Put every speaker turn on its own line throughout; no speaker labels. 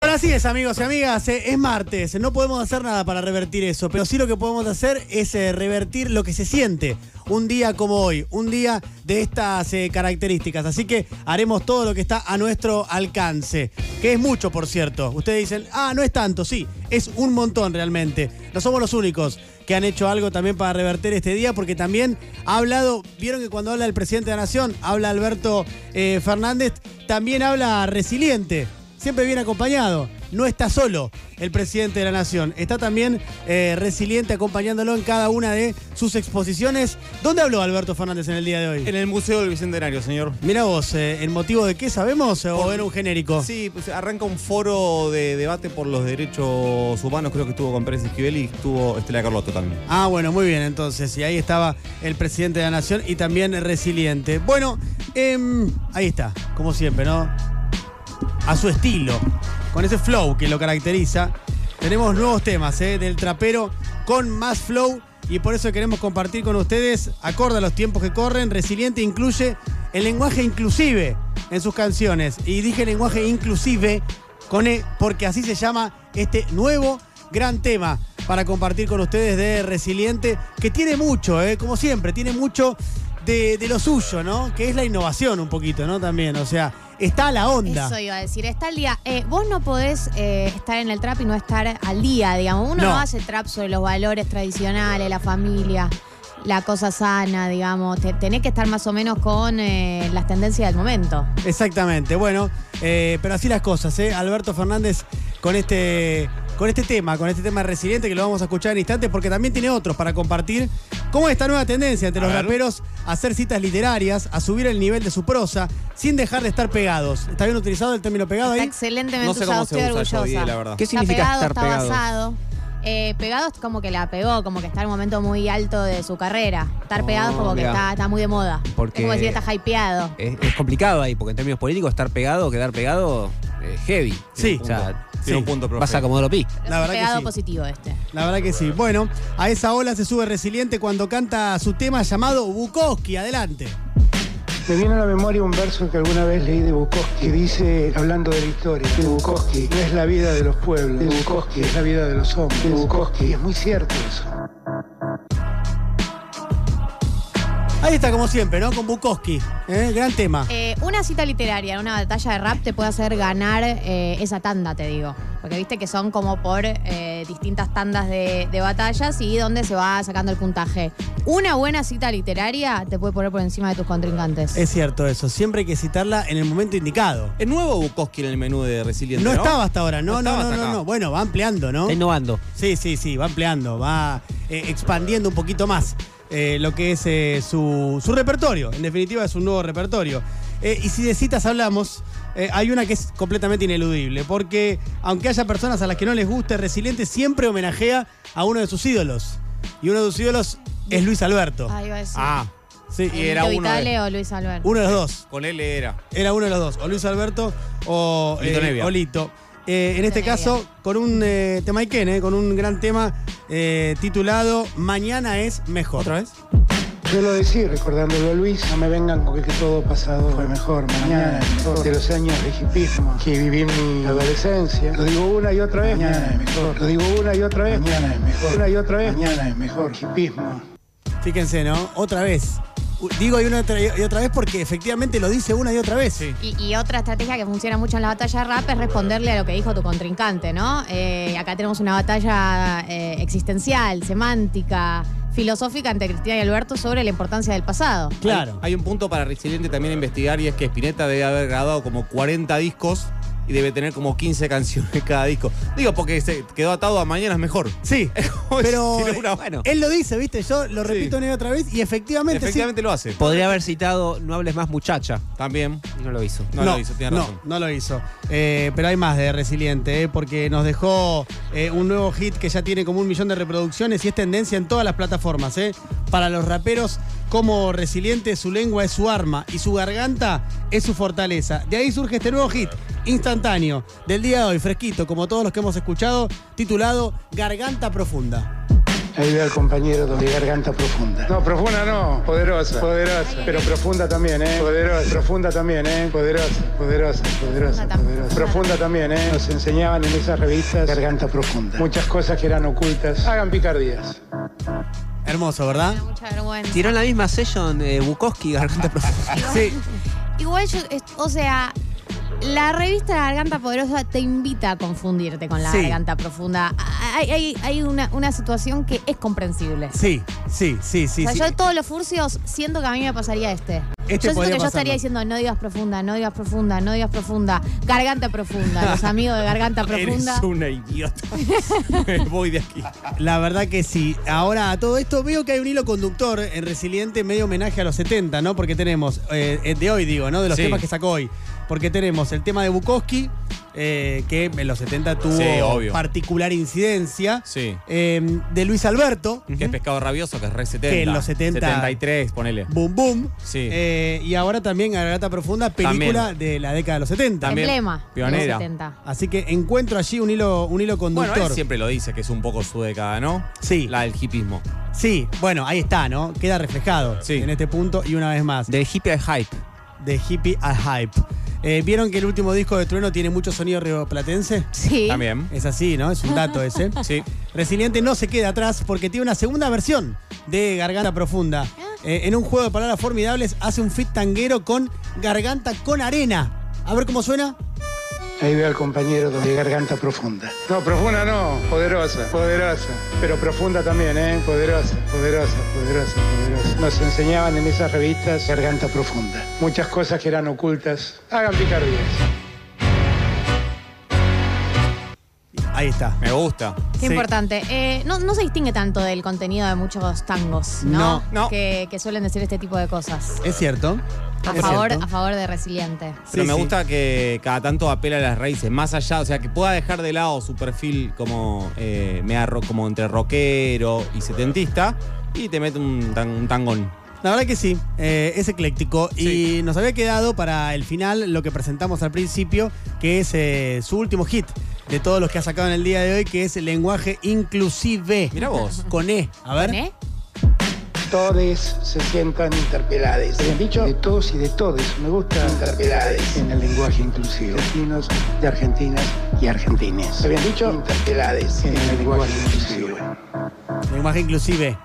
Así es, amigos y amigas, eh, es martes, no podemos hacer nada para revertir eso, pero sí lo que podemos hacer es eh, revertir lo que se siente un día como hoy, un día de estas eh, características. Así que haremos todo lo que está a nuestro alcance, que es mucho, por cierto. Ustedes dicen, ah, no es tanto, sí, es un montón realmente. No somos los únicos que han hecho algo también para revertir este día, porque también ha hablado, vieron que cuando habla el presidente de la Nación, habla Alberto eh, Fernández, también habla resiliente, siempre bien acompañado. No está solo el presidente de la Nación, está también eh, resiliente acompañándolo en cada una de sus exposiciones. ¿Dónde habló Alberto Fernández en el día de hoy?
En el Museo del Bicentenario, señor.
Mira vos, eh, ¿el motivo de qué sabemos o era un genérico?
Sí, pues arranca un foro de debate por los derechos humanos, creo que estuvo con Pérez Esquivel y estuvo Estela Carlotto también.
Ah, bueno, muy bien, entonces. Y ahí estaba el presidente de la Nación y también resiliente. Bueno, em, ahí está, como siempre, ¿no? A su estilo, con ese flow que lo caracteriza. Tenemos nuevos temas, ¿eh? Del trapero con más flow. Y por eso queremos compartir con ustedes, acorde a los tiempos que corren, Resiliente incluye el lenguaje inclusive en sus canciones. Y dije lenguaje inclusive con E, porque así se llama este nuevo gran tema para compartir con ustedes de Resiliente, que tiene mucho, ¿eh? como siempre, tiene mucho de, de lo suyo, ¿no? Que es la innovación un poquito, ¿no? También, o sea, está a la onda.
Eso iba a decir. Está al día. Eh, vos no podés eh, estar en el trap y no estar al día, digamos. Uno
No.
no. hace trap sobre los valores tradicionales, la familia, la cosa sana, digamos. Te- tenés que estar más o menos con eh, las tendencias del momento.
Exactamente, bueno, eh, pero así las cosas, ¿eh? Alberto Fernández con este, con este tema, con este tema resiliente que lo vamos a escuchar en instantes porque también tiene otros para compartir. ¿Cómo es esta nueva tendencia entre
A
los
ver.
raperos a hacer citas literarias, a subir el nivel de su prosa sin dejar de estar pegados? ¿Está bien utilizado el término pegado
Está
ahí?
excelentemente
No sé
usado,
cómo se
estoy
usa eso, Diego,
orgullosa.
la verdad.
¿Qué significa
está pegado,
estar
está
pegados?
basado. Eh, pegado es como que la pegó, como que está en un momento muy alto de su carrera. Estar pegado es
Oh,
como que
mirá.
está, está muy de moda.
Porque-
Es como decir, está hypeado.
Es, es complicado ahí, porque en términos políticos estar pegado, quedar pegado, es heavy.
Sí.
O sea,
Tiene
Sí.
un punto, profe.
vas a Comodoro Pi.
Pero
La
es un
verdad que
pegado
sí.
positivo este.
La verdad que sí. Bueno, a esa ola se sube resiliente cuando canta su tema llamado Bukowski. Adelante.
Me viene a la memoria un verso que alguna vez leí de Bukowski, que dice, hablando de la historia, que Bukowski no es la vida de los pueblos, que Bukowski es la vida de los hombres, que Bukowski. Y es muy cierto eso.
Ahí está, como siempre, ¿no? Con Bukowski. ¿eh? Gran tema.
Eh, una cita literaria, una batalla de rap te puede hacer ganar eh, esa tanda, te digo. Porque viste que son como por eh, distintas tandas de, de batallas y donde se va sacando el puntaje. Una buena cita literaria te puede poner por encima de tus contrincantes.
Es cierto eso, siempre hay que citarla en el momento indicado.
Es nuevo Bukowski en el menú de Resiliente,
No
¿no?
estaba hasta ahora, no,
No
no,
estaba
no,
hasta
no,
acá.
no. Bueno, va ampliando, ¿no?
Está innovando.
Sí, sí, sí, va ampliando, va eh, expandiendo un poquito más eh, lo que es eh, su, su repertorio. En definitiva, es un nuevo repertorio. Eh, y si de citas hablamos, eh, hay una que es completamente ineludible, porque aunque haya personas a las que no les guste, Resiliente siempre homenajea a uno de sus ídolos. Y uno de sus ídolos es Luis Alberto.
Ah, iba a decir.
Ah, sí,
y era
Benito
uno de-
Vitale o Luis Alberto.
uno de los dos.
Con él era.
Era uno de los dos, o Luis Alberto o
Lito
eh,
Nevia.
o Lito. Eh, en este
Lito Nevia.
caso, con un eh, tema Iken, eh, con un gran tema eh, titulado Mañana es mejor. ¿Otra vez?
Yo lo decía, recordándolo a Luis, no me vengan con que todo pasado fue mejor, mañana es mejor. De los años de hipismo, que viví en mi adolescencia. Lo digo una y otra vez, mañana es mejor. Lo digo una y otra vez, mañana es mejor. Una y otra vez, mañana es mejor. Hipismo.
Fíjense, ¿no? Otra vez. U- Digo y una otra- y otra vez porque efectivamente lo dice una y otra vez. Sí.
Y, y otra estrategia que funciona mucho en la batalla de rap es responderle a lo que dijo tu contrincante, ¿no? Eh, acá tenemos una batalla eh, existencial, semántica, filosófica entre Cristina y Alberto sobre la importancia del pasado.
Claro.
Hay, hay un punto para Resiliente también a investigar y es que Spinetta debe haber grabado como 40 discos y debe tener como 15 canciones cada disco. Digo, porque se quedó atado a Mañana es mejor.
Sí, pero
Tiene una-
bueno.
él lo dice, ¿viste? Yo lo repito una y otra vez y efectivamente, sí.
Efectivamente lo hace.
Podría haber citado No hables más muchacha.
También.
Y no lo hizo.
No, lo hizo, tiene
no,
razón.
no lo hizo. Eh, pero hay más de Resiliente, eh, porque nos dejó eh, un nuevo hit que ya tiene como un millón de reproducciones y es tendencia en todas las plataformas. eh. Para los raperos, como Resiliente, su lengua es su arma y su garganta es su fortaleza. De ahí surge este nuevo hit, instantáneo, del día de hoy, fresquito, como todos los que hemos escuchado, titulado Garganta Profunda.
Ayuda al compañero de garganta profunda. No, profunda no, poderosa. Poderosa. Pero profunda también, ¿eh? Poderosa. Profunda también, ¿eh? Poderosa, poderosa, poderosa.
Profunda también.
poderosa. Profunda también, ¿eh? Nos enseñaban en esas revistas garganta profunda. Muchas cosas que eran ocultas. Hagan picardías.
Hermoso, ¿verdad?
Mucha vergüenza.
Tiró en la misma session eh, Bukowski, Garganta Profunda.
Sí.
Igual yo, es- o sea, la revista Garganta Poderosa te invita a confundirte con la
Sí.
garganta profunda. Hay, hay- hay una, una situación que es comprensible.
Sí, sí, sí, sí.
o sea,
sí.
yo de todos los furcios siento que a mí me pasaría este.
Este
yo siento que
podría
yo
pasarlo.
estaría diciendo, no digas profunda, no digas profunda, no digas profunda, garganta profunda, los amigos de garganta profunda.
Eres una idiota. Me voy de aquí.
La verdad que sí. Ahora, a todo esto veo que hay un hilo conductor en Resiliente, medio homenaje a los 70, ¿no? Porque tenemos, eh, eh, de hoy digo, ¿no? De los
Sí.
temas que sacó hoy. Porque tenemos el tema de Bukowski, eh, que en los 70 tuvo
Sí, obvio.
particular incidencia.
Sí.
Eh, de Luis Alberto,
Que es pescado rabioso, que es re 70.
Que en los 70.
73, ponele.
Boom Boom.
Sí.
Eh, y ahora también Garganta Profunda, película de la década de los 70.
También.
Emblema. De
Pionera.
los 70.
Así que encuentro allí un hilo, un hilo conductor.
Bueno, él siempre lo dice, que es un poco su década, ¿no?
Sí.
La del hipismo.
Sí, bueno, ahí está, ¿no? Queda reflejado
Sí.
en este punto y una vez más.
Del hippie al hype.
de hippie al hype. Eh, ¿Vieron que el último disco de Trueno tiene mucho sonido rioplatense?
Sí.
También.
Es así, ¿no? Es un dato ese.
Sí.
Resiliente no se queda atrás porque tiene una segunda versión de Garganta Profunda. Eh, en un juego de palabras formidables hace un fit tanguero con Garganta con Arena. A ver cómo suena.
Ahí veo al compañero de garganta profunda. No, profunda no, poderosa, poderosa. Pero profunda también, ¿eh? Poderosa, poderosa, poderosa, poderosa. Nos enseñaban en esas revistas garganta profunda. Muchas cosas que eran ocultas. Hagan picardías.
Ahí está.
Me gusta.
Qué
Sí.
importante. Eh, no, no se distingue tanto del contenido de muchos tangos, ¿no?
No,
no.
Que, que suelen decir este tipo de cosas.
Es cierto.
A
Es
favor,
cierto.
a favor de resiliente.
Sí,
Pero me
sí.
gusta que cada tanto apela a las raíces, más allá, o sea, que pueda dejar de lado su perfil como, eh, mea ro- como entre rockero y setentista y te mete un, tan- un tangón.
La verdad que sí, eh, es ecléctico.
Sí.
Y nos había quedado para el final lo que presentamos al principio, que es eh, su último hit de todos los que ha sacado en el día de hoy, que es el lenguaje inclusive.
Mira vos.
Con E, a ver.
¿Eh?
Todes se sientan interpelados. Bien dicho, de todos y de todes. Me gusta interpelados. En el lenguaje inclusivo. Argentinos, de argentinas y argentines. Bien dicho, interpelados. En el lenguaje inclusivo.
Lenguaje inclusive.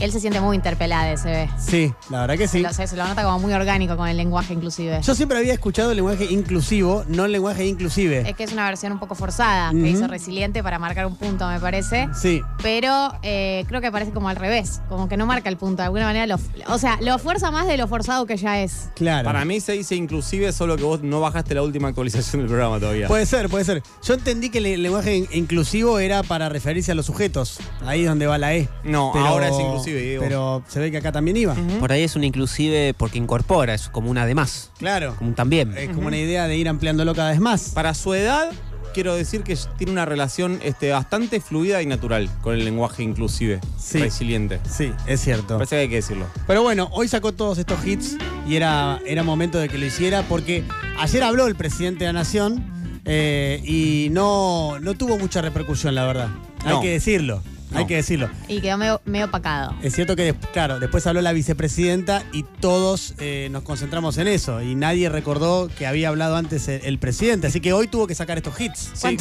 Él se siente muy interpelado, se ve.
Sí, la verdad que sí.
Lo- se, se lo nota como muy orgánico con el lenguaje, inclusive.
Yo siempre había escuchado el lenguaje inclusivo, no el lenguaje inclusive.
Es que es una versión un poco forzada
Ujú.
que hizo resiliente para marcar un punto, me parece.
Sí.
Pero eh, creo que parece como al revés, como que no marca el punto. De alguna manera, lo, o sea, lo fuerza más de lo forzado que ya es.
Claro.
Para mí se dice inclusive, solo que vos no bajaste la última actualización del programa todavía.
Puede ser, puede ser. Yo entendí que el lenguaje in- inclusivo era para referirse a los sujetos. Ahí es donde va la E.
No, ahora es inclusive, digo.
Pero se ve que acá también iba.
Por ahí es un inclusive porque incorpora, es como un además,
Claro.
como un también.
Es como una idea de ir ampliándolo cada vez más.
Para su edad, quiero decir que tiene una relación este, bastante fluida y natural con el lenguaje inclusive,
Sí.
resiliente.
Sí, es cierto.
Parece que hay que decirlo.
Pues, Pero bueno, hoy sacó todos estos hits y era, era momento de que lo hiciera porque ayer habló el presidente de la Nación eh, y no, no tuvo mucha repercusión, la verdad. Hay
No.
que decirlo, hay
No.
que decirlo.
Y quedó medio, medio opacado.
Es cierto que, des- claro, después habló la vicepresidenta y todos eh, nos concentramos en eso y nadie recordó que había hablado antes el, el presidente, así que hoy tuvo que sacar estos hits.
Sí,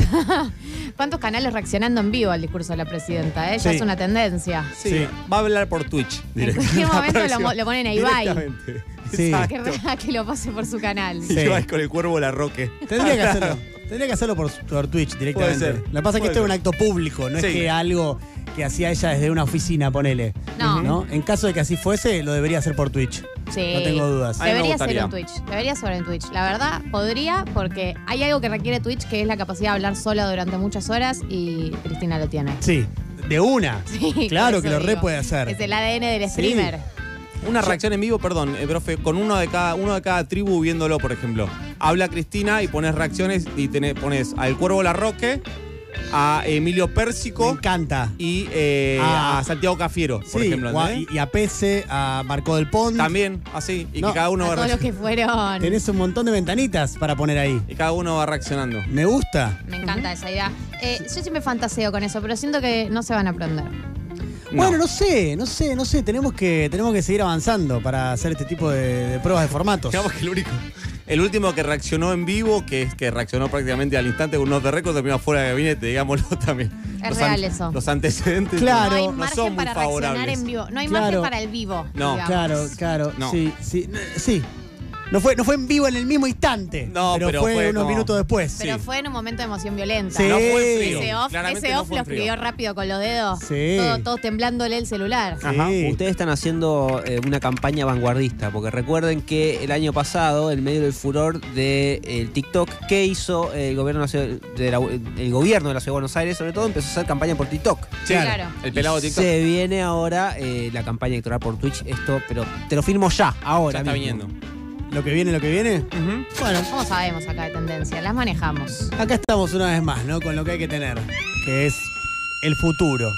¿Cuántos canales reaccionando en vivo al discurso de la presidenta? eh? Ya
Sí.
es una tendencia.
sí.
Sí.
Va a hablar por Twitch.
En
directo.
cualquier
La
momento lo,
próxima.
mo- lo ponen a Ibai.
Directamente.
Sí.
Que,
Exacto.
que lo pase por su canal.
Sí.
Ibai con el cuervo la roque.
Tendría que hacerlo. Tendría que hacerlo por, por Twitch directamente.
Puede ser.
Lo que pasa es que
Puede
esto es un
ser.
acto público, no es
Sí.
que algo que hacía ella desde una oficina, ponele.
No.
En caso de que así fuese, lo debería hacer por Twitch.
Sí.
No tengo dudas.
A mí me
Debería ser
gustaría.
en Twitch. Debería ser en Twitch. La verdad, podría, porque hay algo que requiere Twitch, que es la capacidad de hablar sola durante muchas horas, y Cristina lo tiene.
Sí, de una.
Sí,
claro
por
que
eso
lo re
digo.
puede hacer.
Es el ADN del
Sí.
streamer.
Una reacción en vivo, perdón, eh, profe, con uno de cada uno de cada tribu viéndolo, por ejemplo. Habla Cristina y pones reacciones y tenés- pones al Cuervo Larroque, a Emilio
Me
Pérsico
encanta.
y eh,
Ah.
a Santiago Cafiero, por
Sí,
ejemplo.
o a-
¿entendés?
y a Pese, a Marco del Pont.
También, así. Y
No.
que cada uno
A
va
todos los
reaccionando.
que fueron.
Tenés un montón de ventanitas para poner ahí.
Y cada uno va reaccionando.
Me gusta.
Me encanta esa idea. Eh, yo siempre fantaseo con eso, pero siento que no se van a aprender.
No.
Bueno, no sé, no sé, no sé. Tenemos que, tenemos que seguir avanzando para hacer este tipo de, de pruebas de formatos.
Digamos que el único. El último que reaccionó en vivo, que es que reaccionó prácticamente al instante con unos de récord, terminó fuera de gabinete, digámoslo también.
Es
an-
real eso.
Los antecedentes
Claro.
no hay
no
son
margen
muy
para reaccionar
favorables.
en vivo. No hay
Claro.
margen para el vivo.
No.
digamos.
Claro, claro.
No.
Sí, sí. n- sí. No fue, no fue en vivo en el mismo instante.
No, pero
fue,
fue
unos
como-
minutos después.
Pero
Sí.
fue en un momento de emoción violenta.
Sí.
No fue en frío.
Ese off,
claramente
ese
no
off
fue
lo
en frío.
escribió rápido con los dedos.
Sí.
Todo- todos temblándole el celular.
Sí.
Ajá. Ustedes están haciendo eh, una campaña vanguardista, porque recuerden que el año pasado, en medio del furor del TikTok, ¿qué hizo el gobierno, nacio- de la- el gobierno de la Ciudad de Buenos Aires? Sobre todo empezó a hacer campaña por TikTok.
Sí,
Claro.
El pelado
Y
TikTok.
Se viene ahora eh, la campaña electoral por Twitch, esto, pero te lo firmo ya,
Ya
ahora.
está
mismo.
viniendo.
Lo que viene, lo que viene. Bueno,
¿Cómo sabemos acá de tendencia? Las manejamos.
acá estamos una vez más, ¿no? Con lo que hay que tener, que es el futuro.